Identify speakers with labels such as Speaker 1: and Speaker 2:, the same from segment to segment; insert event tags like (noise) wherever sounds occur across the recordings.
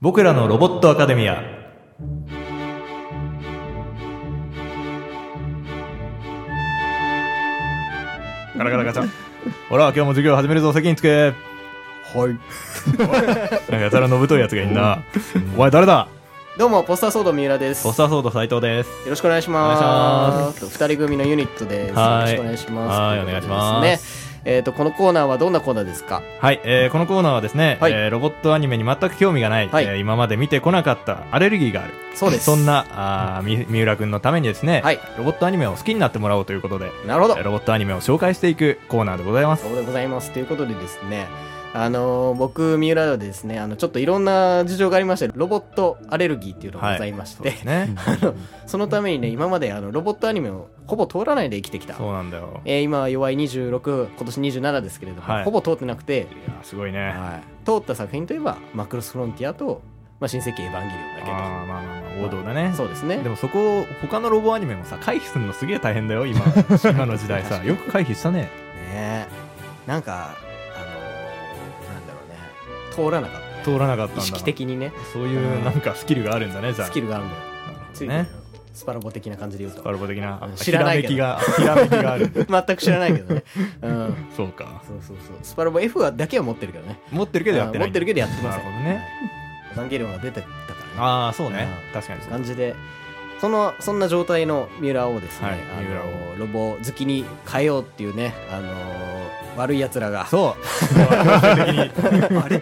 Speaker 1: 僕らのロボットアカデミアガラガラガチャほら今日も授業始めるぞ席につけ
Speaker 2: はい。
Speaker 1: なんかやたらのぶといやつがいんなお前誰だ
Speaker 3: どうも、ポスターソード三浦です。
Speaker 1: ポス
Speaker 3: よ
Speaker 1: ターソード斉藤です
Speaker 3: ろしくお願いします。
Speaker 1: お願いしま
Speaker 3: 二人組のユニットです。よ
Speaker 1: は
Speaker 3: ろ
Speaker 1: い
Speaker 3: しくお願いします。
Speaker 1: はい
Speaker 3: と
Speaker 1: お
Speaker 3: うことで
Speaker 1: 願いします
Speaker 3: ね。えっと、このコーナーはどんなコーナーですか
Speaker 1: はい、えーこのコーナーはですね、
Speaker 3: はい
Speaker 1: えーロボットアニメに全く興味がない、
Speaker 3: はい
Speaker 1: えー今まで見てこなかったアレルギーがある
Speaker 3: そうです
Speaker 1: んなあーみ三浦君のためにですね、
Speaker 3: はい
Speaker 1: ロボットアニメを好きになってもらおうということで
Speaker 3: なるほど
Speaker 1: えー。ロボットアニメを紹介していくコーナーでございます
Speaker 3: そうでございます。ということでですね、あのー僕、三浦はですね、あの、ちょっといろんな事情がありまして、ロボットアレルギーっていうのがございまし
Speaker 1: そう
Speaker 3: て、
Speaker 1: ですね
Speaker 3: そのためにね、今まであのロボットアニメをほぼ通らないで生きてきた。
Speaker 1: そうなんだよい
Speaker 3: えー今は弱い26、今年27ですけれども、
Speaker 1: はい
Speaker 3: ほぼ通ってなくて、
Speaker 1: やすごいね
Speaker 3: 通った作品といえば、マクロスフロンティアと、まあ、新世紀エヴァンゲリオンだ
Speaker 1: あ
Speaker 3: け
Speaker 1: ー
Speaker 3: ど。
Speaker 1: まあまあまあ王道だね
Speaker 3: そうですね
Speaker 1: で。もそこを他のロボアニメもさ回避するのすげえ大変だよ
Speaker 3: (laughs)
Speaker 1: 今今の時代
Speaker 3: 確
Speaker 1: さ
Speaker 3: かに
Speaker 1: よく回避したね
Speaker 3: ねなんか、あのーなんだろうね、通らなかったね、
Speaker 1: 通らなかったんだ
Speaker 3: 意識的にね、
Speaker 1: そういうなんかスキルがあるんだねじゃあ
Speaker 3: スキルがあるんだよ。
Speaker 1: なるほど
Speaker 3: ついてる
Speaker 1: ね
Speaker 3: よスパロボ的な感じで言う
Speaker 1: ス
Speaker 3: と
Speaker 1: パ。ルボ的な
Speaker 3: うん
Speaker 1: あ
Speaker 3: 知らないけど
Speaker 1: ひらめきがひらめきがあ
Speaker 3: (laughs)
Speaker 1: る
Speaker 3: 全く知らないけどね。うん。
Speaker 1: そうか
Speaker 3: そうそうそう。スパロボ F はだけは持ってるけどね。
Speaker 1: 持ってるけどやってない
Speaker 3: うん持ってるけどやってま
Speaker 1: な
Speaker 3: せ
Speaker 1: る
Speaker 3: ん。
Speaker 1: ほどね
Speaker 3: エヴァンゲリオンが出てたからね。
Speaker 1: ああそうね
Speaker 3: うん
Speaker 1: 確かにそう
Speaker 3: 感じで、その、そんな状態の三浦をですね、
Speaker 1: はい
Speaker 3: あ
Speaker 1: 三浦
Speaker 3: のーロボ好きに変えようっていうね、あのー悪い奴
Speaker 1: (laughs)
Speaker 3: らが、
Speaker 1: そう
Speaker 3: (laughs) あ (laughs) れ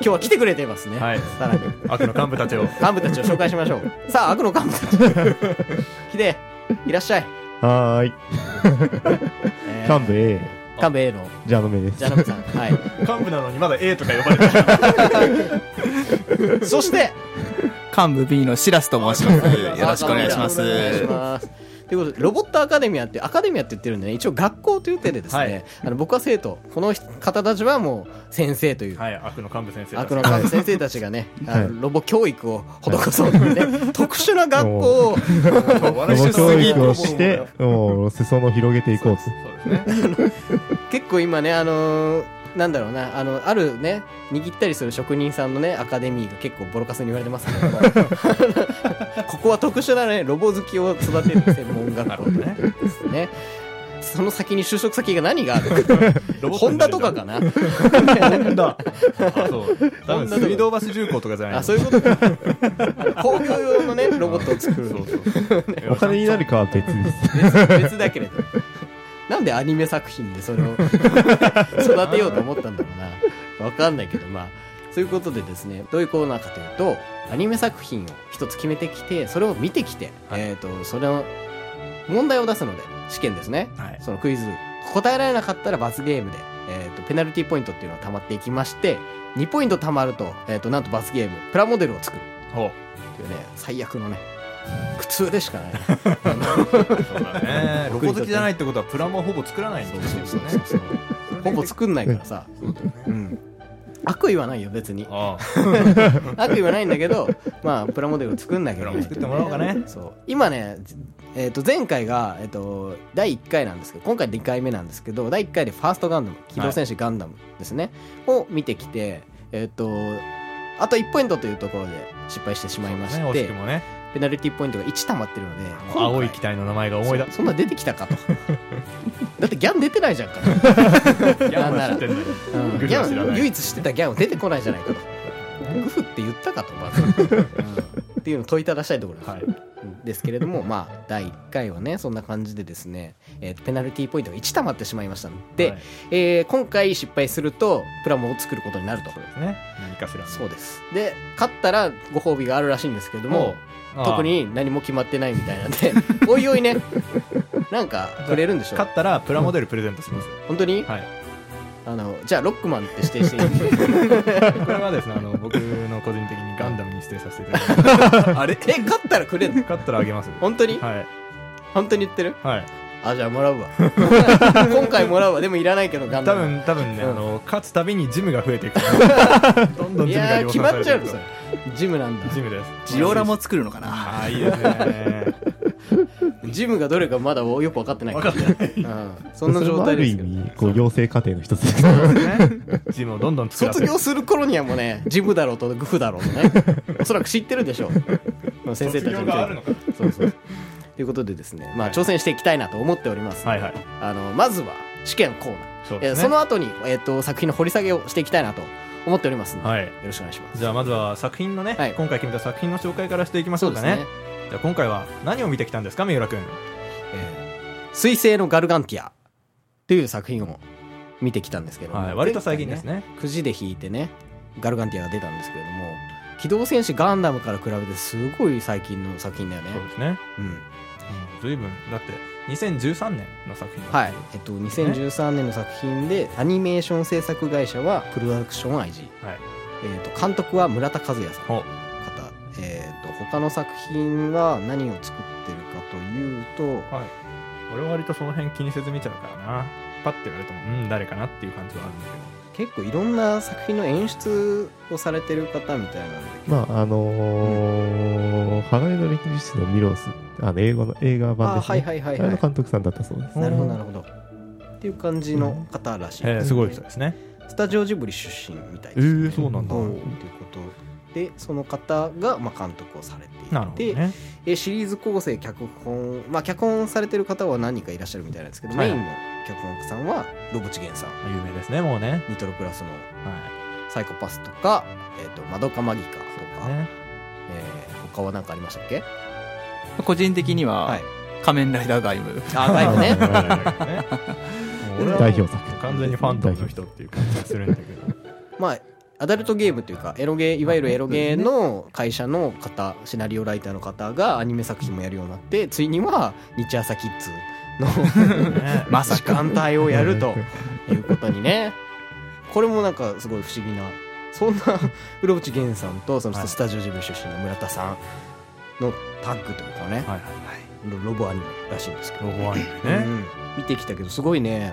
Speaker 3: 今日は来てくれてますね。
Speaker 1: はい
Speaker 3: さらに。
Speaker 1: 悪の幹部たちを
Speaker 3: 幹部たちを紹介しましょ
Speaker 1: (laughs)
Speaker 3: う。さあ、悪の幹部たち。来て、いらっしゃい。
Speaker 2: はーい。
Speaker 3: えー
Speaker 2: 幹部 A、
Speaker 3: 幹部 A の、
Speaker 2: ジャノメです。
Speaker 3: ジャナブさん。はい。
Speaker 1: 幹部なのにまだ A とか呼ばれてる
Speaker 3: (laughs) そして、
Speaker 4: 幹部 B のシラスと申します。よろしくお願いします。
Speaker 3: お願いしますということで、ロボットアカデミアって、アカデミアって言ってるんでね、一応学校という手でですね、
Speaker 1: はい
Speaker 3: あの僕は生徒、この方たちはもう先生という。
Speaker 1: はい悪の幹部先生
Speaker 3: 悪の幹部先生たちがね、あ
Speaker 2: は
Speaker 3: のロボ教育を施そうという
Speaker 4: (laughs)
Speaker 3: ね、特殊な学校を、
Speaker 2: ロ
Speaker 3: (laughs)
Speaker 2: ボ
Speaker 1: そう
Speaker 2: 教育をして、もう裾野を広げていこうと。
Speaker 1: そうですね
Speaker 3: 結構今ねあのーなんだろうなあのあるね握ったりする職人さんのねアカデミーが結構ボロカスに言われてますけども
Speaker 1: (laughs)
Speaker 3: ここは特殊なねロボ好きを育てる専門学校
Speaker 1: なるほ
Speaker 3: ですねその先に就職先が何がある
Speaker 1: (laughs) ロボ
Speaker 3: (laughs)
Speaker 1: ッ
Speaker 3: ホ
Speaker 1: ト
Speaker 3: ン
Speaker 1: にな
Speaker 3: ダ
Speaker 1: る
Speaker 3: とかかな
Speaker 1: ホンダあそう多分水道橋重工とかじゃないの
Speaker 3: あそういうことか工業用のねロボットを作る
Speaker 1: そう
Speaker 3: 別
Speaker 1: そう
Speaker 2: お金になるかは別です。
Speaker 3: 別だけれどなんでアニメ作品でそ
Speaker 1: (laughs)
Speaker 3: れを育てようと思ったんだろうなわかんないけどまあそういうことでですねどういうコーナーかというとアニメ作品を一つ決めてきてそれを見てきて、
Speaker 1: はい
Speaker 3: えっ、とそれの問題を出すので試験ですね、
Speaker 1: はい
Speaker 3: そのクイズ答えられなかったら罰ゲームで、えー、とペナルティポイントっていうのが溜まっていきまして2ポイント溜まると,、えー、となんと罰ゲームプラモデルを作る
Speaker 1: ほう
Speaker 3: というね最悪のね苦痛でしかない
Speaker 1: そうだ
Speaker 3: (laughs)
Speaker 1: ねロボ好きじゃないってことはプラモほぼ作らないんですよね
Speaker 3: ほぼ作んないからさ、うん、悪意はないよ別に
Speaker 1: ああ
Speaker 3: 悪意はないんだけど (laughs) まあプラモデルを作んなきゃいけない
Speaker 1: プラモ作ってもらおうかね
Speaker 3: そう今ね、えー、と前回が、えー、と第1回なんですけど今回2回目なんですけど第1回で「ファーストガンダム機動戦士ガンダム」ですね、を見てきてえっ、とあと1ポイントというところで失敗してしまいまして、
Speaker 1: そうだね惜しくもね
Speaker 3: ペナルティポイントが1溜まってるので今回
Speaker 1: 青い機体の名前が思い出
Speaker 3: そそんな出てきたかと (laughs) だってギャン出てないじゃんか
Speaker 1: ギャンは知ってんのに
Speaker 3: うん
Speaker 1: グ
Speaker 3: ギ
Speaker 1: フは知ら
Speaker 3: ャ
Speaker 1: な
Speaker 3: ン
Speaker 1: い
Speaker 3: 唯一知ってたギャンは出てこないじゃないかとグフって言ったかとまず、うんっていうのを問いただしたいところです,、
Speaker 1: はい
Speaker 3: ですけれどもまあ第1回はねそんな感じでですね、えーペナルティーポイントが1溜まってしまいましたので、
Speaker 1: はい
Speaker 3: えー今回失敗するとプラモを作ることになると
Speaker 1: そうですね何かしら
Speaker 3: そうですで勝ったらご褒美があるらしいんですけれども
Speaker 1: ああ
Speaker 3: 特に何も決まってないみたいな
Speaker 1: (laughs)
Speaker 3: んでおいおいねなんかくれるんでしょ
Speaker 1: 勝ったらプラモデルプレゼントします
Speaker 3: 本当に、
Speaker 1: はい
Speaker 3: あのじゃあロックマンって指定していい
Speaker 1: これはですねあの僕の個人的にガンダムに指定させていた
Speaker 3: (laughs)
Speaker 1: だきますあれ
Speaker 3: え勝ったらくれんの
Speaker 1: 勝ったらあげますは
Speaker 3: 本当に、
Speaker 1: い
Speaker 3: 本当に言ってる
Speaker 1: はい
Speaker 3: あじゃあもら
Speaker 1: (laughs)
Speaker 3: うわ今回もらうわでもいらないけどガン
Speaker 1: 多
Speaker 3: ダム
Speaker 1: 分多分ね、
Speaker 3: うん
Speaker 1: あの勝つたびにジムが増えていく
Speaker 3: (laughs)
Speaker 1: どんどん
Speaker 3: い
Speaker 1: ジム
Speaker 3: や
Speaker 1: が
Speaker 3: ー
Speaker 1: 量
Speaker 3: 決
Speaker 1: 産
Speaker 3: まっち
Speaker 1: さ
Speaker 3: ゃ
Speaker 1: れて
Speaker 3: うの
Speaker 1: いく
Speaker 3: それジムなんだ
Speaker 1: ジムです
Speaker 4: ジオラも作るのかな
Speaker 1: ああいいですね
Speaker 3: ジムがどれかまだよく分かってないからね、うん、そんな状態ですけど
Speaker 2: それもある意味こう養成過程の一つです
Speaker 1: ジムをどんどん作らせ
Speaker 3: 卒
Speaker 1: る
Speaker 3: 業する頃にはもうねジムだろうとグフだろうとねおそらく知ってるで
Speaker 1: (laughs)
Speaker 3: しょう先生た
Speaker 1: 卒
Speaker 3: ち
Speaker 1: 業
Speaker 3: も
Speaker 1: があるのか
Speaker 3: そうそうということでですね、まあ、
Speaker 1: はい
Speaker 3: 挑戦していきたいなと思っております、
Speaker 1: はいはい
Speaker 3: あのまずは試験コーナー
Speaker 1: そう
Speaker 3: え
Speaker 1: で
Speaker 3: ー
Speaker 1: すね
Speaker 3: その後に、えー、と作品の掘り下げをしていきたいなと思っておりますので、
Speaker 1: はい
Speaker 3: よろしくお願いします
Speaker 1: じゃあまずは作品のね、
Speaker 3: はい
Speaker 1: 今回決めた作品の紹介からしていきましょうかねじゃあ今回は何を見てきたんですか三浦君
Speaker 3: 「水星のガルガンティア」という作品を見てきたんですけども、
Speaker 1: はい割と最近ですね
Speaker 3: くじで引いてねガルガンティアが出たんですけれども「機動戦士ガンダム」から比べてすごい最近の作品だよね
Speaker 1: そうですね
Speaker 3: うん
Speaker 1: 随分だって2013年の作品
Speaker 3: はいえっと、2013年の作品でアニメーション制作会社はプロダクション IG、
Speaker 1: はい
Speaker 3: えっと、監督は村田和也さん
Speaker 1: ほう
Speaker 3: 方、えっと他の作品は何を作ってるかというと
Speaker 1: 俺は割とその辺気にせず見ちゃうからなパッて言われてもうん誰かなっていう感じはあるんだ
Speaker 3: 結構いろんな作品の演出をされてる方みたいなんで
Speaker 2: まああのー、鋼の歴史のミロスあの英語の映画版
Speaker 3: あ
Speaker 2: です
Speaker 3: はい
Speaker 2: ね
Speaker 3: はいはい
Speaker 2: あ
Speaker 3: は
Speaker 2: れの
Speaker 3: い
Speaker 2: 監督さんだったそうです
Speaker 3: なるほどなるほどっていう感じの方らしい
Speaker 1: けど、えー、すごい人ですね
Speaker 3: スタジオジブリ出身みたい
Speaker 1: え
Speaker 3: ですね、
Speaker 1: ー、そうなんだ、
Speaker 3: うんということでその方がまあ監督をされていて
Speaker 1: なるほどね
Speaker 3: えーシリーズ構成脚本まあ脚本されてる方は何人かいらっしゃるみたいなんですけど、
Speaker 1: はい
Speaker 3: メインの脚本家さんはロボチゲンさん
Speaker 1: 有名ですねもうね
Speaker 3: ニトロプラスの
Speaker 1: は
Speaker 3: サイコパスとか、えー、とマドカマギカとか、
Speaker 1: いね
Speaker 3: えー他は何かありましたっけ
Speaker 4: 個人的には、
Speaker 3: はい
Speaker 4: 仮面ライダーガイム
Speaker 3: あだいぶね
Speaker 1: もう俺は
Speaker 2: 代表作
Speaker 1: 完全にファントムの人っていう感じがするんだけど
Speaker 2: (laughs)
Speaker 3: まあアダルトゲームというかエロゲーいわゆるエロゲーの会社の方シナリオライターの方がアニメ作品もやるようになってついには日朝キッズの
Speaker 1: (laughs) ね
Speaker 4: まさ
Speaker 3: 時
Speaker 4: か
Speaker 3: 間帯をやるということにねこれもなんかすごい不思議なそんな室内源さんとそ
Speaker 1: は
Speaker 3: の
Speaker 1: い
Speaker 3: スタジオジブリ出身の村田さんのタッグというかね
Speaker 1: はいはい
Speaker 3: ロボアニメらしいんですけど
Speaker 1: ロゴアニメ
Speaker 3: う
Speaker 1: ね
Speaker 3: ん見てきたけどすごいね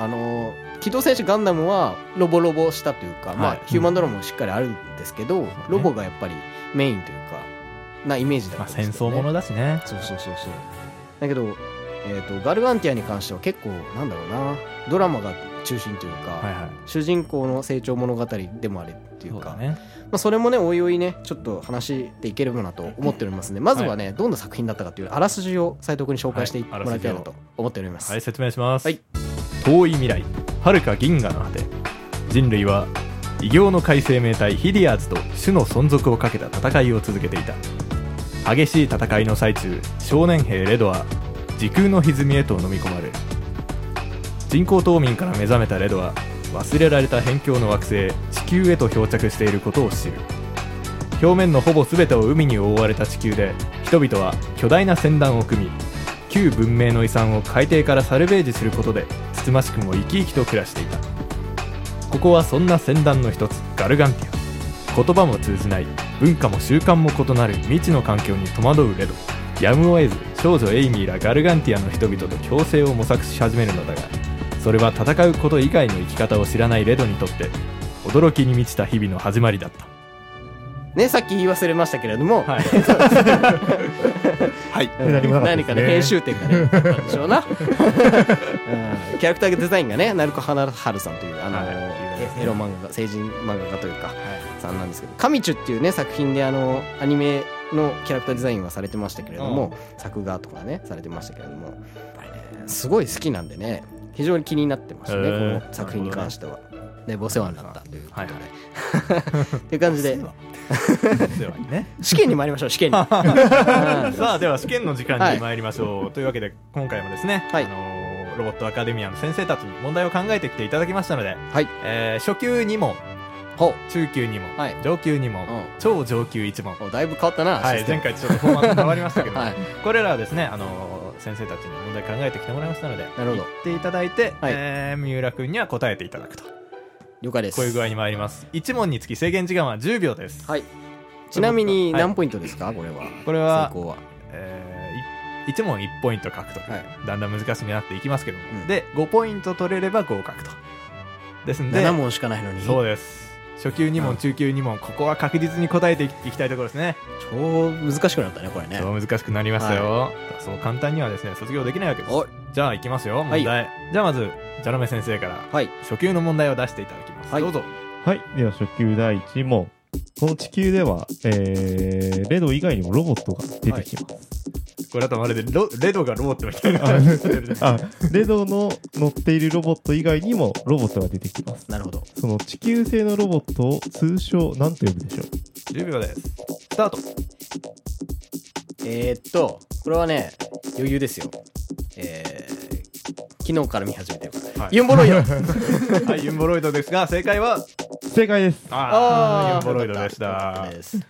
Speaker 3: あの「機動戦士ガンダム」はロボロボしたというか、
Speaker 1: はい
Speaker 3: まあ
Speaker 1: うん
Speaker 3: ヒューマンドローもしっかりあるんですけど、ロボがやっぱりメインというかなイメージだった
Speaker 1: ま
Speaker 3: ん
Speaker 1: あ
Speaker 3: ですけど
Speaker 1: 戦争ものだしね
Speaker 3: そうそうそうそうだけど、えー、とガルガンティアに関しては結構なんだろうなドラマが中心というか、
Speaker 1: はいはい
Speaker 3: 主人公の成長物語でもあれっていう
Speaker 1: そう
Speaker 3: か
Speaker 1: だね
Speaker 3: まあ、それもねおいおいねちょっと話していければなと思っておりますのでまずはね、どんな作品だったかというあらすじを斉藤君に紹介していも
Speaker 1: はい
Speaker 3: らいたいなと思っております、
Speaker 1: はい説明します、
Speaker 3: はい
Speaker 1: 遠い未来遥か銀河の果て人類は異形の海生命体ヒディアーズと種の存続をかけた戦いを続けていた激しい戦いの最中少年兵レドは時空の歪みへと飲み込まれる人工冬眠から目覚めたレドは忘れられた辺境の惑星地球へと漂着していることを知る表面のほぼ全てを海に覆われた地球で人々は巨大な船団を組み旧文明の遺産を海底からサルベージすることでつつましくも生き生きと暮らしていたここはそんな船団の一つガルガンティア言葉も通じない文化も習慣も異なる未知の環境に戸惑うレドやむを得ず少女エイミーらガルガンティアの人々と共生を模索し始めるのだがそれは戦うこと以外の生き方を知らないレドにとって驚きに満ちた日々の始まりだった
Speaker 3: ねさっき言い忘れましたけれども、
Speaker 1: はい
Speaker 4: (laughs) はい
Speaker 3: うん
Speaker 2: 何もなかったで
Speaker 3: 何
Speaker 2: すね
Speaker 3: かの編集点がねあったんで (laughs) しょうな、うんキャラクターデザインがね鳴子花春さんというあの、
Speaker 1: はい有名です
Speaker 3: え
Speaker 1: ね
Speaker 3: エロ漫画家成人漫画家というか、さんなんですけど「神チュ」っていうね作品であのアニメのキャラクターデザインはされてましたけれども、作画とかねされてましたけれどもやっぱりねすごい好きなんでね非常に気になってましたね、
Speaker 1: へー
Speaker 3: この作品に関しては。でお世話になったということで、
Speaker 1: はいは
Speaker 3: (laughs) っていう感じで
Speaker 1: ではね
Speaker 3: 試験に参りましょう試 (laughs) 験に。う
Speaker 1: (laughs)
Speaker 3: ん
Speaker 1: さあでは試験の時間に参りましょう、というわけで今回もですね、
Speaker 3: はい
Speaker 1: あのーロボットアカデミアの先生たちに問題を考えてきていただきましたので、
Speaker 3: はい
Speaker 1: えー初級2問
Speaker 3: ほう
Speaker 1: 中級2問、
Speaker 3: はい
Speaker 1: 上級2問、
Speaker 3: うん
Speaker 1: 超上級1問
Speaker 3: おだいぶ変わったな、
Speaker 1: はい
Speaker 3: シス、テム
Speaker 1: 前回ちょっとフォーマット変わりましたけど、
Speaker 3: はい、
Speaker 1: これらはですね、あのー先生たちに問題考えてきてもらいましたので
Speaker 3: なるほど
Speaker 1: 言っていただいて、
Speaker 3: はい
Speaker 1: えー三浦君には答えていただくとこ
Speaker 3: 了解です
Speaker 1: ういう具合に参ります1問につき制限時間は10秒です、
Speaker 3: はいちなみに
Speaker 1: はい
Speaker 3: 何ポイントですか、これは
Speaker 1: これは
Speaker 3: 成功は
Speaker 1: えー、1問1ポイント獲得、
Speaker 3: はい
Speaker 1: だんだん難しくなっていきますけども、
Speaker 3: うん
Speaker 1: で5ポイント取れれば合格とですんで
Speaker 3: 7問しかないのに
Speaker 1: そうです初級2問中級2問ここは確実に答えていきたいところですね
Speaker 3: 超難しくなったねこれね
Speaker 1: そう難しくなりましたよ、そう簡単にはですね卒業できないわけです
Speaker 3: おい
Speaker 1: じゃあいきますよ問題、じゃあまずジャロメ先生から
Speaker 3: はい
Speaker 1: 初級の問題を出していただきます、
Speaker 3: はい
Speaker 1: どうぞ
Speaker 2: はい。では、初級第1問。この地球では、えー、レド以外にもロボットが出てきます。
Speaker 1: これだとまるでロレドがロボットみたいな
Speaker 2: あ、レドの乗っているロボット以外にもロボットが出てきます。
Speaker 3: なるほど
Speaker 2: その地球製のロボットを通称なんて呼ぶでしょう
Speaker 1: 10秒ですスタート
Speaker 3: えー、っとこれはね余裕ですよえー、昨日から見始めてるから、
Speaker 1: はい
Speaker 3: ユンボロイ
Speaker 1: (laughs)
Speaker 3: ド
Speaker 1: はいユンボロイドですが正解は
Speaker 2: 正解です。
Speaker 1: ああ
Speaker 3: ー
Speaker 1: ユンボロイドでした
Speaker 3: よかったです
Speaker 1: よ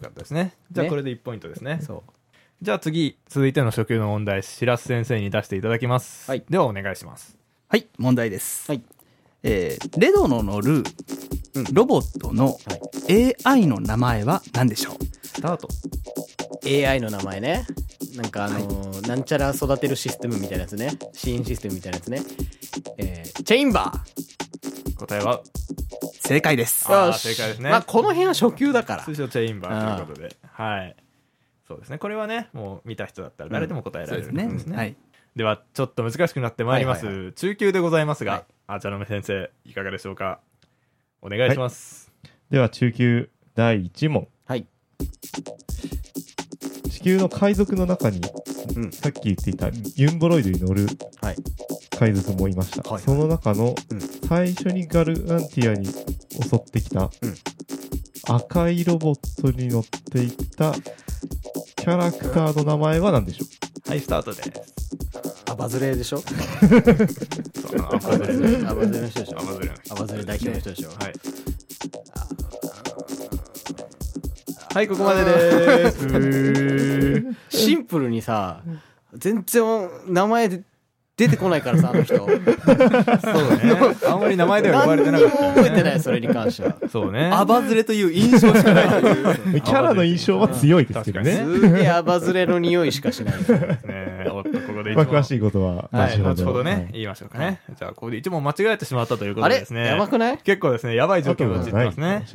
Speaker 1: かったですねじゃあ
Speaker 3: ね
Speaker 1: これで1ポイントですね
Speaker 3: そう
Speaker 1: じゃあ次続いての初級の問題白洲先生に出していただきます、
Speaker 3: はい
Speaker 1: ではお願いします
Speaker 4: はい、問題です。
Speaker 3: はい
Speaker 4: えーレドの乗る
Speaker 3: うん
Speaker 4: ロボットの AI の名前は何でしょう
Speaker 1: スタート
Speaker 3: AI の名前ねなんかあのーなんちゃら育てるシステムみたいなやつね支援システムみたいなやつねえー、チェインバー
Speaker 1: 答えは
Speaker 4: 正解です。
Speaker 1: あー
Speaker 3: よし
Speaker 1: 正解ですね
Speaker 3: まあこの辺は初級だから
Speaker 1: 通称チェインバーということではいそうですねこれはねもう見た人だったら誰でも答えら
Speaker 4: そう
Speaker 1: れ
Speaker 4: で
Speaker 1: る
Speaker 4: す
Speaker 1: んで
Speaker 4: ね。
Speaker 1: すね、
Speaker 4: はい。
Speaker 1: ではちょっと難しくなってまいります、
Speaker 3: はいは
Speaker 1: 中級でございますが、
Speaker 3: はい
Speaker 1: あちゃのめ先生いかがでしょうかお願いします、
Speaker 2: では、中級第1問。
Speaker 3: はい
Speaker 2: 地球の海賊の中に、
Speaker 3: うん
Speaker 2: さっき言っていたユンボロイドに乗る
Speaker 3: はい
Speaker 2: 海賊もいました、
Speaker 3: はい
Speaker 2: その中の
Speaker 3: うん
Speaker 2: 最初にガルガンティアに襲ってきた
Speaker 3: うん
Speaker 2: 赤いロボットに乗っていったキャラクターの名前は何でしょ
Speaker 1: はいスタートです
Speaker 3: アバズレでしょ
Speaker 1: そうあ
Speaker 3: ア
Speaker 1: アバズレです
Speaker 3: アバズレの人でしょ
Speaker 1: アバズレの
Speaker 3: アバズレ代表の人でしょ、
Speaker 1: はいはいここまでですうー
Speaker 3: シンプルにさ全然名前で出てこないからさあの
Speaker 1: (laughs)
Speaker 3: 人
Speaker 1: そうねあんまり名前では呼ばれて
Speaker 3: 何
Speaker 1: な
Speaker 3: に
Speaker 1: か
Speaker 3: も
Speaker 1: ったよね、
Speaker 3: 覚えてないそれに
Speaker 1: (laughs)
Speaker 3: 関しては
Speaker 1: そうね
Speaker 4: アバズレという印象しかない。
Speaker 2: うキャラの印象は強いですけどね
Speaker 1: 確
Speaker 3: すげえアバズレの匂いしかしない
Speaker 1: ねおっとここで一
Speaker 2: まあ
Speaker 1: 問
Speaker 2: 詳しいことは
Speaker 1: はい、
Speaker 2: 後ほど,はい、
Speaker 1: 後ほどね、言いましょうかね。じゃあ、ここで一問間違えてしまったというこ
Speaker 3: あ
Speaker 1: と
Speaker 3: れ、
Speaker 1: でですね。
Speaker 3: やばくない
Speaker 1: 結構ですね、やばい状況が陥ってます
Speaker 2: 後がない
Speaker 1: ね。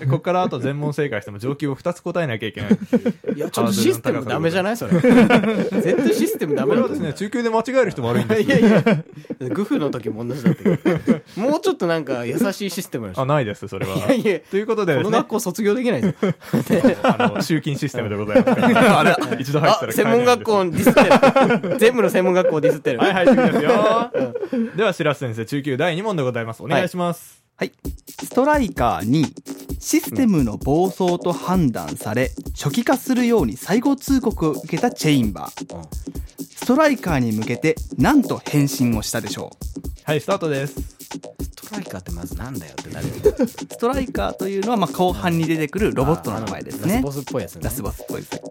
Speaker 1: でここからあと全問正解しても上級を2つ答えなきゃいけないっていう。
Speaker 3: いやちょっとシステムダメじゃないそれ
Speaker 1: (laughs)
Speaker 3: 絶対システムダ
Speaker 1: こ
Speaker 3: メ
Speaker 1: れ
Speaker 3: だ
Speaker 1: は
Speaker 3: と
Speaker 1: です
Speaker 3: 思う
Speaker 1: ね、中級で間違える人も悪いんです
Speaker 3: (laughs) いやいやグフの時も同じだったけどもうちょっとなんか優しいシステムでし
Speaker 1: あ、
Speaker 3: ょ
Speaker 1: ないです、それは。
Speaker 3: いやいや
Speaker 1: ということでです
Speaker 3: この
Speaker 1: ね
Speaker 3: 学、校卒業できないぞ
Speaker 1: あの、集金システムでございますから。 (laughs) 一度入っ
Speaker 3: あ
Speaker 1: たら帰れないん
Speaker 3: 専門
Speaker 1: で
Speaker 3: 学校ディスって
Speaker 1: (laughs)
Speaker 3: る全部の専門学校ディスってる
Speaker 1: はいはい、次ですよ。では、白洲先生、中級第2問でございます。お願いします。
Speaker 4: はい。ストライカーにシステムの暴走と判断され、初期化するように最後通告を受けたチェインバー。ストライカーに向けて何と返信をしたでしょう
Speaker 1: はい、スタートです。
Speaker 3: ストライカーってまずなんだよってなる
Speaker 4: ストライカーというのはまあ後半に出てくるロボットの名前です
Speaker 3: ラス
Speaker 4: ね
Speaker 3: ボ。スっぽいやつね
Speaker 4: ラスボスっぽいです。
Speaker 3: なん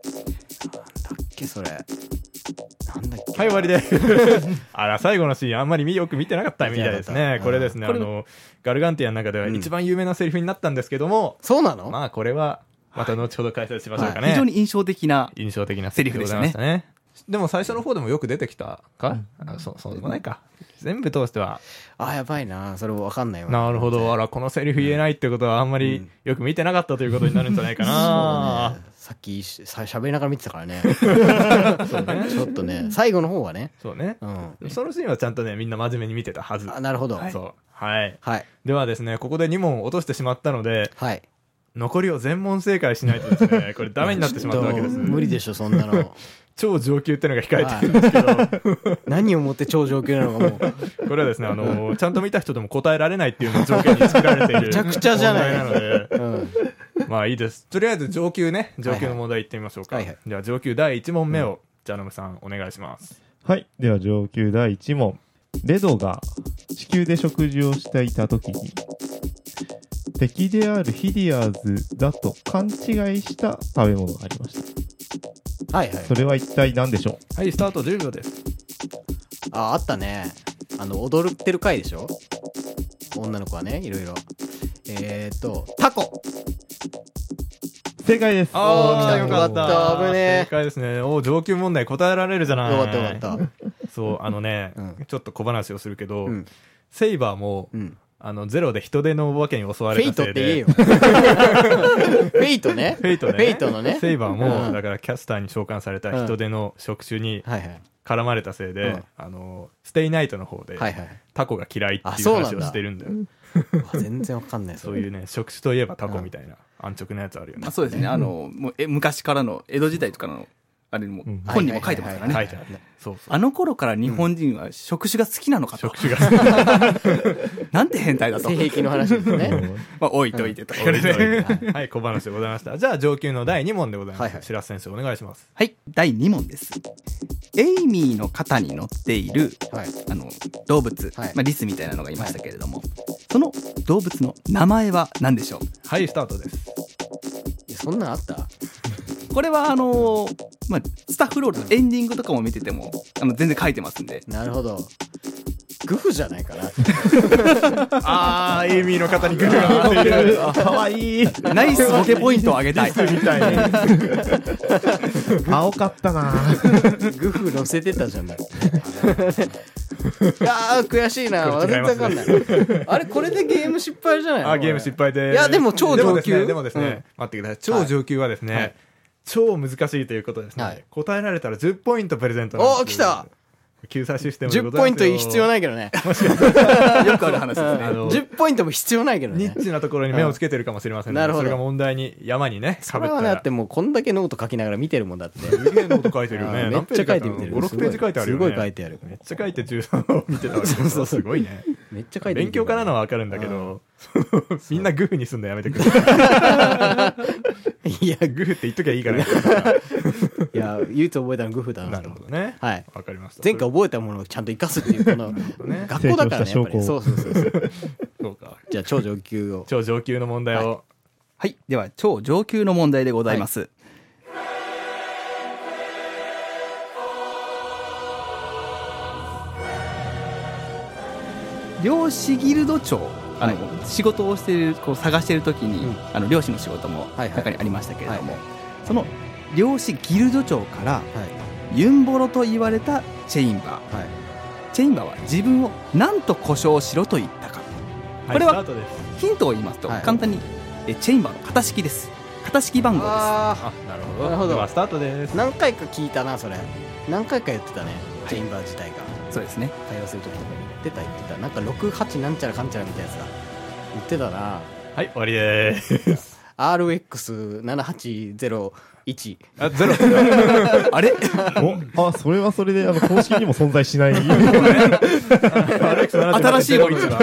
Speaker 3: だっけそれなんだっけ
Speaker 1: はい、終わり (laughs) です。あら、最後のシーン、あんまり見よく見てなかったみたいです
Speaker 3: 見てなかっ
Speaker 1: ね。
Speaker 3: た
Speaker 1: これですね、あの、ガルガンティアの中では一番有名なセリフになったんですけども、
Speaker 3: そうなの、
Speaker 1: まあ、これは、また後ほど解説しましょうかね。
Speaker 4: 非常に印象的な
Speaker 1: 印象的なセリフでございましたね。でも最初の方でもよく出てきたか、あそそうでもないか全部通しては
Speaker 3: あやばいなそれわかんないわ
Speaker 1: なるほどあらこのセリフ言えないってことはあんまりよく見てなかったということになるんじゃないかな、
Speaker 3: さっきしさ喋りながら見てたか
Speaker 1: (laughs)
Speaker 3: らねちょっとね最後の方はね
Speaker 1: そうね
Speaker 3: うん
Speaker 1: そのシーンはちゃんとねみんな真面目に見てたはず
Speaker 3: あなるほどはい
Speaker 1: そうはい
Speaker 3: はい、
Speaker 1: ではですねここで2問落としてしまったので残りを全問正解しないとです
Speaker 3: (laughs)
Speaker 1: ねこれダメになってしまったわけです
Speaker 3: ちょっと無理でしょそ
Speaker 1: (laughs)
Speaker 3: んなの
Speaker 1: 超上級ってのが控えてるんですけど、
Speaker 3: 何をもって超上級なのかもう
Speaker 1: これはですねあのちゃんと見た人でも答えられないっていうのを条件に作られているめ
Speaker 3: ちゃくちゃじゃない
Speaker 1: なので
Speaker 3: うん
Speaker 1: まあいいです。とりあえず上級ね、上級の問題いってみましょうか。
Speaker 3: はいはい
Speaker 1: じゃあ上級第1問目を、ジャノムさんお願いします。
Speaker 2: はい。では、上級第1問。レドが地球で食事をしていたときに、敵であるヒディアーズだと勘違いした食べ物がありました。
Speaker 3: はいはい
Speaker 2: それは一体何でしょ
Speaker 1: はい、スタート10秒です。
Speaker 3: ああったねあの踊ってる回でしょ女の子はねいろいろえーとタコ
Speaker 2: う正解です。
Speaker 1: ああ、来た
Speaker 3: お
Speaker 1: よ
Speaker 3: ー
Speaker 1: かっ。
Speaker 3: よかったた危ねえ
Speaker 1: 正解ですね。おー上級問題答えられるじゃない。
Speaker 3: よかったよかっ
Speaker 1: そう、あのね、
Speaker 3: うん
Speaker 1: ちょっと小話をするけど、
Speaker 3: うん
Speaker 1: セイバーも、
Speaker 3: たうん
Speaker 1: あの、ゼロで人手のお化けに襲わ
Speaker 3: フ
Speaker 1: れ
Speaker 3: ェイ
Speaker 1: た
Speaker 3: トっ
Speaker 1: せ
Speaker 3: て
Speaker 1: い
Speaker 3: 言え
Speaker 1: で
Speaker 3: よ。。フ
Speaker 1: (laughs)
Speaker 3: ェイトね。
Speaker 1: フェイトね。
Speaker 3: フェイトのね
Speaker 1: セイバー
Speaker 3: う
Speaker 1: も、
Speaker 3: ん
Speaker 1: だからキャスターに召喚された人手の職種に
Speaker 3: はいはい。
Speaker 1: 絡まれたせいで、
Speaker 3: うん
Speaker 1: あの、ステイナイトの方で、
Speaker 3: はいはい。
Speaker 1: タコが嫌いっ
Speaker 3: あ
Speaker 1: ていう
Speaker 3: そうなんだ
Speaker 1: 話をしてるんだよ。
Speaker 3: うわ
Speaker 1: (laughs)
Speaker 3: 全然わかんない。
Speaker 1: そういう
Speaker 3: ね。
Speaker 1: ね、職種といえばタコみたいな、安直なやつあるよね。
Speaker 4: まあ、そうですね。あの、もうえ昔からの江戸時代とかの、あれにも、
Speaker 2: うん
Speaker 4: 本にも書いてますから
Speaker 1: 書
Speaker 4: ね。
Speaker 1: いてあるね。そうそう。
Speaker 4: あの頃から日本人は触手が好きなのかと。
Speaker 1: 職種が。
Speaker 4: なんて変態
Speaker 3: (laughs)
Speaker 4: だと。
Speaker 3: 性癖の話です
Speaker 1: (laughs)
Speaker 2: う
Speaker 3: ね。
Speaker 2: ん
Speaker 4: まあ、置いといてと。
Speaker 1: はい、小話でございました。じゃあ、上級の第2問でございま
Speaker 3: は
Speaker 1: す。
Speaker 3: いはい
Speaker 1: 白瀬先生、お願いします。
Speaker 4: はい、第2問です。エイミーの肩に乗っている
Speaker 3: はい。
Speaker 4: あの動物、
Speaker 3: はい
Speaker 4: まあ、リスみたいなのがいましたけれども、その動物の名前は何でしょ
Speaker 1: はい、スタートです。
Speaker 3: いやそんなんあった
Speaker 4: うこれはあのーまあ、スタッフロールのエンディングとかも見ててもあの全然書いてますん
Speaker 3: (laughs)
Speaker 4: で
Speaker 3: なるほど。グフじゃないかな。
Speaker 1: あー、エイミーの方にグル (laughs) が回っている。
Speaker 2: かわいい。
Speaker 4: ナイスボケポイントをあげたい
Speaker 2: みたいね。青かったな
Speaker 3: グフ乗せてたじゃ (laughs) ない。あー悔しいな。
Speaker 1: これ違い
Speaker 3: 全然
Speaker 1: ま
Speaker 3: わ
Speaker 1: す
Speaker 3: か
Speaker 1: (laughs)
Speaker 3: んない。あれ、これでゲーム失敗じゃないの
Speaker 1: あ、ゲーム失敗で。
Speaker 3: いやでも超上級
Speaker 1: でもですね、でもですね待ってください。超上級はですね、
Speaker 3: はい
Speaker 1: 超難しいということですね、
Speaker 3: はい
Speaker 1: 答えられたら10ポイントプレゼントなんです
Speaker 3: おー、来た
Speaker 1: 救済システムでご
Speaker 3: !10
Speaker 1: ざ
Speaker 3: ポイ
Speaker 1: い
Speaker 3: ン
Speaker 1: ます
Speaker 3: ト
Speaker 1: よ
Speaker 3: 必要ないけどね。
Speaker 4: よくある話ですね
Speaker 1: あの
Speaker 3: 10ポイントも必要ないけど
Speaker 1: ニ
Speaker 3: ね
Speaker 1: ッ。チなところに目をつけてるかもしれません、ね、
Speaker 3: なるほど
Speaker 1: それが問題に山にね
Speaker 3: そ
Speaker 1: かぶ
Speaker 3: れ
Speaker 1: っ
Speaker 3: は
Speaker 1: た
Speaker 3: ねだ
Speaker 1: ら
Speaker 3: ってもうこんだけノート書きながら見てるもんだって。
Speaker 1: すげえノート書いてるよ
Speaker 3: あ
Speaker 1: ね
Speaker 3: ー
Speaker 1: 何ページ
Speaker 3: (laughs) めっちゃ書いてみてる
Speaker 1: 56ページ書いてあるよね
Speaker 3: すごい書いてある
Speaker 1: めっちゃ書いて13を見てたわけそうそうすごいね
Speaker 3: めっちゃ書いて
Speaker 1: 勉強家なのはわかるんだけど、 (laughs) みんなグーにすんのやめてくれ
Speaker 3: いや、
Speaker 1: グーって言っときゃいいからね
Speaker 3: いや、唯一覚えたのグフだな
Speaker 1: な
Speaker 3: と
Speaker 1: る
Speaker 3: 思っ
Speaker 1: ほ
Speaker 3: て。
Speaker 1: どね
Speaker 3: はい。
Speaker 1: わかりました
Speaker 3: 前回覚えたものをちゃんと生かすっていう、この、
Speaker 1: (laughs) ね
Speaker 3: 学校だからね、やっぱり。そ
Speaker 2: 成長
Speaker 3: うそうそうそう。
Speaker 1: そうか
Speaker 3: じゃあ、超上級を。
Speaker 1: (laughs) 超上級の問題を、
Speaker 4: はいでは超上級の問題でございます、漁師ギルド長あの、仕事をしているこう探している時に、あの漁師の仕事も
Speaker 3: はいはい
Speaker 4: 中にありましたけれども、
Speaker 3: は
Speaker 4: その漁師ギルド長から
Speaker 3: はい。
Speaker 4: ユンボロと言われたチェインバー
Speaker 3: はい。
Speaker 4: チェインバーは自分を何と故障しろと言ったか
Speaker 1: い
Speaker 4: これは
Speaker 1: スタートです
Speaker 4: ヒントを言いますと、
Speaker 3: はい
Speaker 4: 簡単にえチェインバーの型式です型式番号です
Speaker 3: あ
Speaker 1: あなるほ
Speaker 3: なるほど
Speaker 1: ではスタートです
Speaker 3: ー、何回か聞いたな、それ。何回か言ってたね。チェインバー自体が。
Speaker 4: そうですね
Speaker 3: 会話するときとかに言ってた、言ってた。なんか、6、8なんちゃらかんちゃらみたいなやつだ。言ってたな。
Speaker 1: はい終わりです
Speaker 3: RX7801。
Speaker 1: あゼ (laughs) ロ
Speaker 4: あれ (laughs)
Speaker 2: おあ、 (laughs) それはそれで、あの、公式にも存在しない。
Speaker 4: 新しいもの
Speaker 1: ゼロ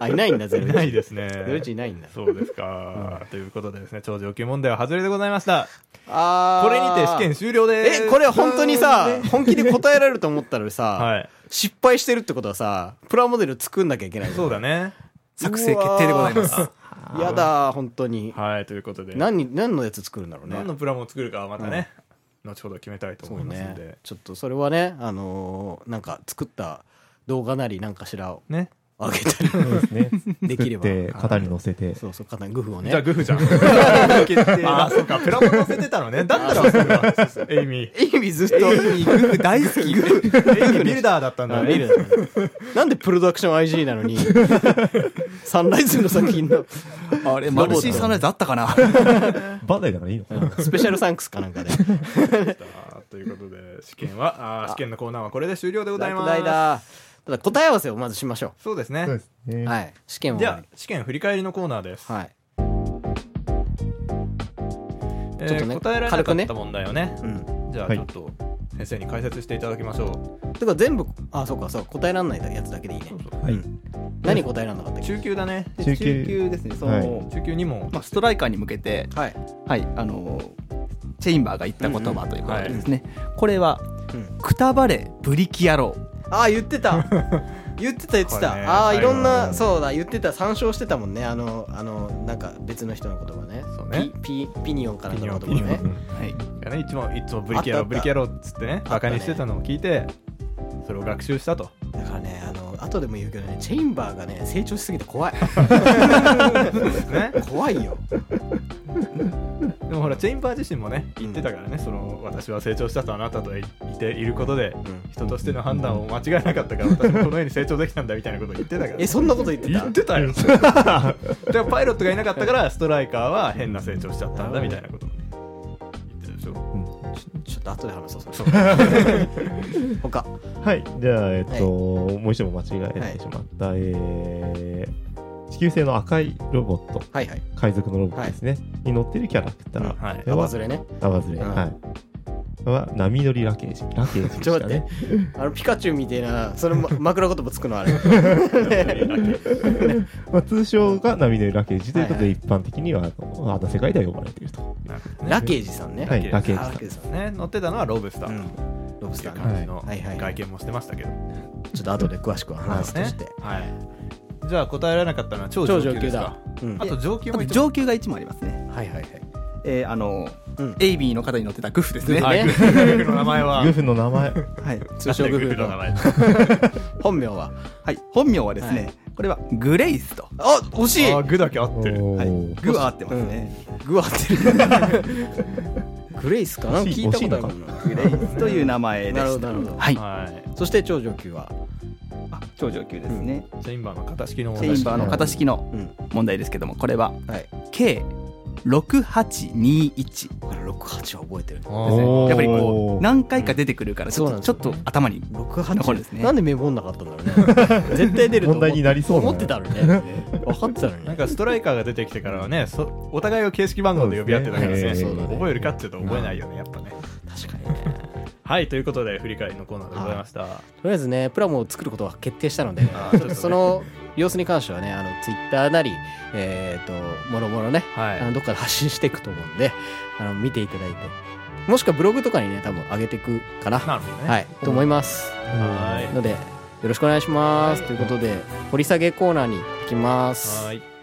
Speaker 3: あ、いないんだ、
Speaker 1: 一が (laughs) ない
Speaker 3: 01。
Speaker 1: ですね
Speaker 3: 01いないんだ。
Speaker 1: そうですか、ということでですね超上級問題は外れでございました
Speaker 3: あ
Speaker 1: これにて試験終了です
Speaker 3: え、これ本当
Speaker 1: (laughs)
Speaker 3: にさ、本気で答えられると思ったらさ、
Speaker 1: はい
Speaker 3: 失敗してるってことはさ、プラモデル作んなきゃいけない。
Speaker 1: そうだね
Speaker 4: 作成決定でございます
Speaker 3: やだ、本当に。
Speaker 1: はいということで
Speaker 3: 何に、何のやつ作るんだろうね
Speaker 1: 何。のプランを作るかはまたね、後ほど決めたいと
Speaker 3: そ
Speaker 1: 思いうますので、
Speaker 3: ね。ちょっとそれはね、あのーなんか作った動画なりなんかしらを
Speaker 1: ね
Speaker 3: 上げたり、
Speaker 2: (laughs) そうですね。
Speaker 3: できれば
Speaker 2: 作って、肩に乗せて。
Speaker 3: そうそう、かなグフをね。
Speaker 1: じゃあグフじゃんあそうかプラモ乗せてたのねだったらそうだエイミー
Speaker 3: エイミずっと、エイミ
Speaker 4: 大好
Speaker 1: (laughs)
Speaker 4: き
Speaker 1: エイミービルダーだったんだね
Speaker 3: ルだねなんでプロダクション IG な
Speaker 1: (laughs)
Speaker 3: のに、サンライズの作品の、
Speaker 4: あれマルシーサンライズあったかな
Speaker 2: バンダイだからいいのかな
Speaker 3: スペシャルサンクスかなんかで。
Speaker 1: あーということで試験はあー試験のコーナーはこれで終了でござい
Speaker 3: 落
Speaker 1: ます
Speaker 3: 第だ。ただ答え合わせをまずしましょ
Speaker 1: そうですね
Speaker 2: そうですね。
Speaker 3: う。はい。試験を。
Speaker 1: じゃあ試験振り返りのコーナーです、
Speaker 3: はい。
Speaker 1: えー
Speaker 3: ちょっとね
Speaker 1: 答えられなかった問題をね
Speaker 3: うん。
Speaker 1: じゃあ
Speaker 2: はい
Speaker 1: ちょっと先生に解説していただきましょう、
Speaker 3: てか全部、あ、そうか、そう、答えらんないやつだけでいいね。
Speaker 2: はい
Speaker 3: うん何答えらんなかったっけ
Speaker 1: 中級だね
Speaker 2: 中級
Speaker 4: ですねそ
Speaker 2: は
Speaker 4: の
Speaker 2: い、
Speaker 1: 中級2問
Speaker 4: まあ、ストライカーに向けて
Speaker 3: はい。
Speaker 4: はいあのチェインバーが言った言葉ということでですね、これは
Speaker 3: うん
Speaker 4: 「くたばれブリキ野郎
Speaker 3: あー、言っ
Speaker 1: (laughs)
Speaker 3: てた。言ってた、言って
Speaker 1: これね
Speaker 3: た。あー、いろん
Speaker 1: は
Speaker 3: な、
Speaker 1: い
Speaker 3: そうだ、言ってた、参照してたもんね。あの、あの、なんか別の人の言葉ね。
Speaker 1: そうね
Speaker 3: ピ、ピ、ピニオンかなんかの言
Speaker 1: ピ
Speaker 3: 葉
Speaker 1: ニオン
Speaker 3: ね
Speaker 1: ピ。ニ」
Speaker 4: はい
Speaker 1: がねいつもいつもブリキや
Speaker 3: あ
Speaker 1: ろ
Speaker 3: ったあった
Speaker 1: ブリキやろっつってね
Speaker 3: たね
Speaker 1: バカにしてたのを聞いてそれを学習したと
Speaker 3: だからね、あの、後でも言うけどね、チェインバーがね、成
Speaker 1: (laughs)
Speaker 3: 長しすぎて怖い。
Speaker 1: ね
Speaker 3: 怖いよ。
Speaker 1: でもほらチェインバー自身もね言ってたからね、その私は成長したとあなたといていることで、
Speaker 3: ん
Speaker 1: 人としての判断を間違えなかった
Speaker 3: (laughs)
Speaker 1: から私もこのように成長できたんだみたいなことを言ってたから
Speaker 3: えそんなこと言って
Speaker 1: 言
Speaker 3: た
Speaker 1: ってたよ (laughs) でもパイロットがいなかったからストライカーは変な成長しちゃったんだみたいなことをね言ってたでしょ
Speaker 3: ちょっと後で話そう
Speaker 1: そ
Speaker 3: そう (laughs) 他
Speaker 2: はい、じゃあ、えっと、もう一度間違えてしまった、えー地球製の赤いロボット、
Speaker 3: はいはい
Speaker 2: 海賊のロボットですね、に乗ってるキャラクター、
Speaker 1: うんはい
Speaker 2: これ
Speaker 3: ア
Speaker 2: は
Speaker 3: バズレね
Speaker 2: アバズレ、
Speaker 3: うん
Speaker 2: はい。は、波乗りラケージ。ラケージで
Speaker 3: ちょ
Speaker 2: し
Speaker 3: っと待
Speaker 2: た
Speaker 3: っ
Speaker 2: ね。
Speaker 3: てあのピカチュウみたいなそれ
Speaker 1: (laughs)
Speaker 3: ま枕言葉つくのあれ
Speaker 2: まあ、通称が波乗りラケージということ
Speaker 3: は
Speaker 2: で、
Speaker 3: い
Speaker 2: 一般的にはあの、あの世界では呼ばれていると。
Speaker 3: ラケージさんね
Speaker 2: は
Speaker 1: ラ
Speaker 2: い
Speaker 1: ケージ
Speaker 2: ラケージ
Speaker 3: あ
Speaker 2: さ
Speaker 3: ラ
Speaker 2: ん
Speaker 3: ケージさん
Speaker 1: ね乗ってたのはロブスター
Speaker 3: うん
Speaker 1: っ
Speaker 3: ロブス
Speaker 1: てい
Speaker 3: タ
Speaker 1: う
Speaker 3: ーね
Speaker 1: 感じの
Speaker 3: はいはいはい
Speaker 1: 外見もしてましたけど
Speaker 3: ちょっと後で詳しくは話すとして
Speaker 1: はいじゃあ答えられなかったのは超
Speaker 3: 超
Speaker 1: 上級で
Speaker 3: 上級
Speaker 1: すか
Speaker 3: だうん
Speaker 1: あと上級
Speaker 4: あ
Speaker 1: も
Speaker 4: と
Speaker 1: 一応
Speaker 4: 上級が1もありますね。
Speaker 3: はいはいはい
Speaker 4: えーあの、
Speaker 3: うん
Speaker 4: エイビーの方に乗ってたグフですね。
Speaker 3: グフ
Speaker 4: は。
Speaker 1: はいいグフの名前は
Speaker 2: グフの名前。
Speaker 4: はい。
Speaker 3: 通称
Speaker 1: な
Speaker 3: グ
Speaker 1: んで
Speaker 3: グ
Speaker 1: フの名
Speaker 3: の
Speaker 1: 前
Speaker 3: 本名は
Speaker 4: 本名はですね、
Speaker 3: は
Speaker 4: これはグレイスと。
Speaker 3: あ惜しい
Speaker 1: あーグだけ合ってる
Speaker 2: お
Speaker 4: はい
Speaker 2: ー。
Speaker 4: グは合ってますね。
Speaker 3: グ合ってるグレイスかな
Speaker 2: 惜しい
Speaker 3: 聞いたことあるもんな
Speaker 4: グレイスという名前でした。
Speaker 3: なるほどなるほど
Speaker 4: はい。
Speaker 1: はい
Speaker 3: そして超上級は
Speaker 4: あ超上級ですね。
Speaker 1: チェインバーの形式の問
Speaker 4: チ
Speaker 1: 題
Speaker 4: ェインバーの型式の
Speaker 3: うん
Speaker 4: 問題ですけども、これは
Speaker 3: はい
Speaker 4: 計6821。
Speaker 3: これ68は覚えて
Speaker 1: あ
Speaker 3: る
Speaker 4: です
Speaker 2: お
Speaker 4: ね
Speaker 2: ー
Speaker 4: やっぱりこう何回か出てくるからちょっ
Speaker 3: そうなん
Speaker 4: と
Speaker 3: です
Speaker 4: ちょ
Speaker 3: よ
Speaker 4: っと頭に残るんです
Speaker 3: 68
Speaker 4: ね
Speaker 3: なんでメモんなかったんだろうね絶対出ると思
Speaker 2: 問題になりそうな
Speaker 3: 思ってたのにね分かってたのに
Speaker 1: なん
Speaker 3: ね
Speaker 1: かストライカーが出てきてからはねそお互いを形式番号で呼び合ってたから
Speaker 2: そう
Speaker 1: ね
Speaker 2: ですね
Speaker 3: そうだね
Speaker 1: 覚えるかっていうと覚えないよねやっぱね
Speaker 3: 確かにね
Speaker 1: はいということで振り返りのコーナーでございました、
Speaker 3: とりあえずねプラモを作ることは決定したので
Speaker 1: あーちょっとね
Speaker 3: その様子に関してはねあのツイッターなりえっ、ともろもろね
Speaker 1: はい
Speaker 3: あのどっかで発信していくと思うんであの見ていただいてもしくはブログとかにね多分上げていくかな
Speaker 1: なるほどね
Speaker 3: はいと思います
Speaker 1: はい
Speaker 3: のでよろしくお願いします、
Speaker 1: はい
Speaker 3: ということで掘り下げコーナーに行きます
Speaker 1: はい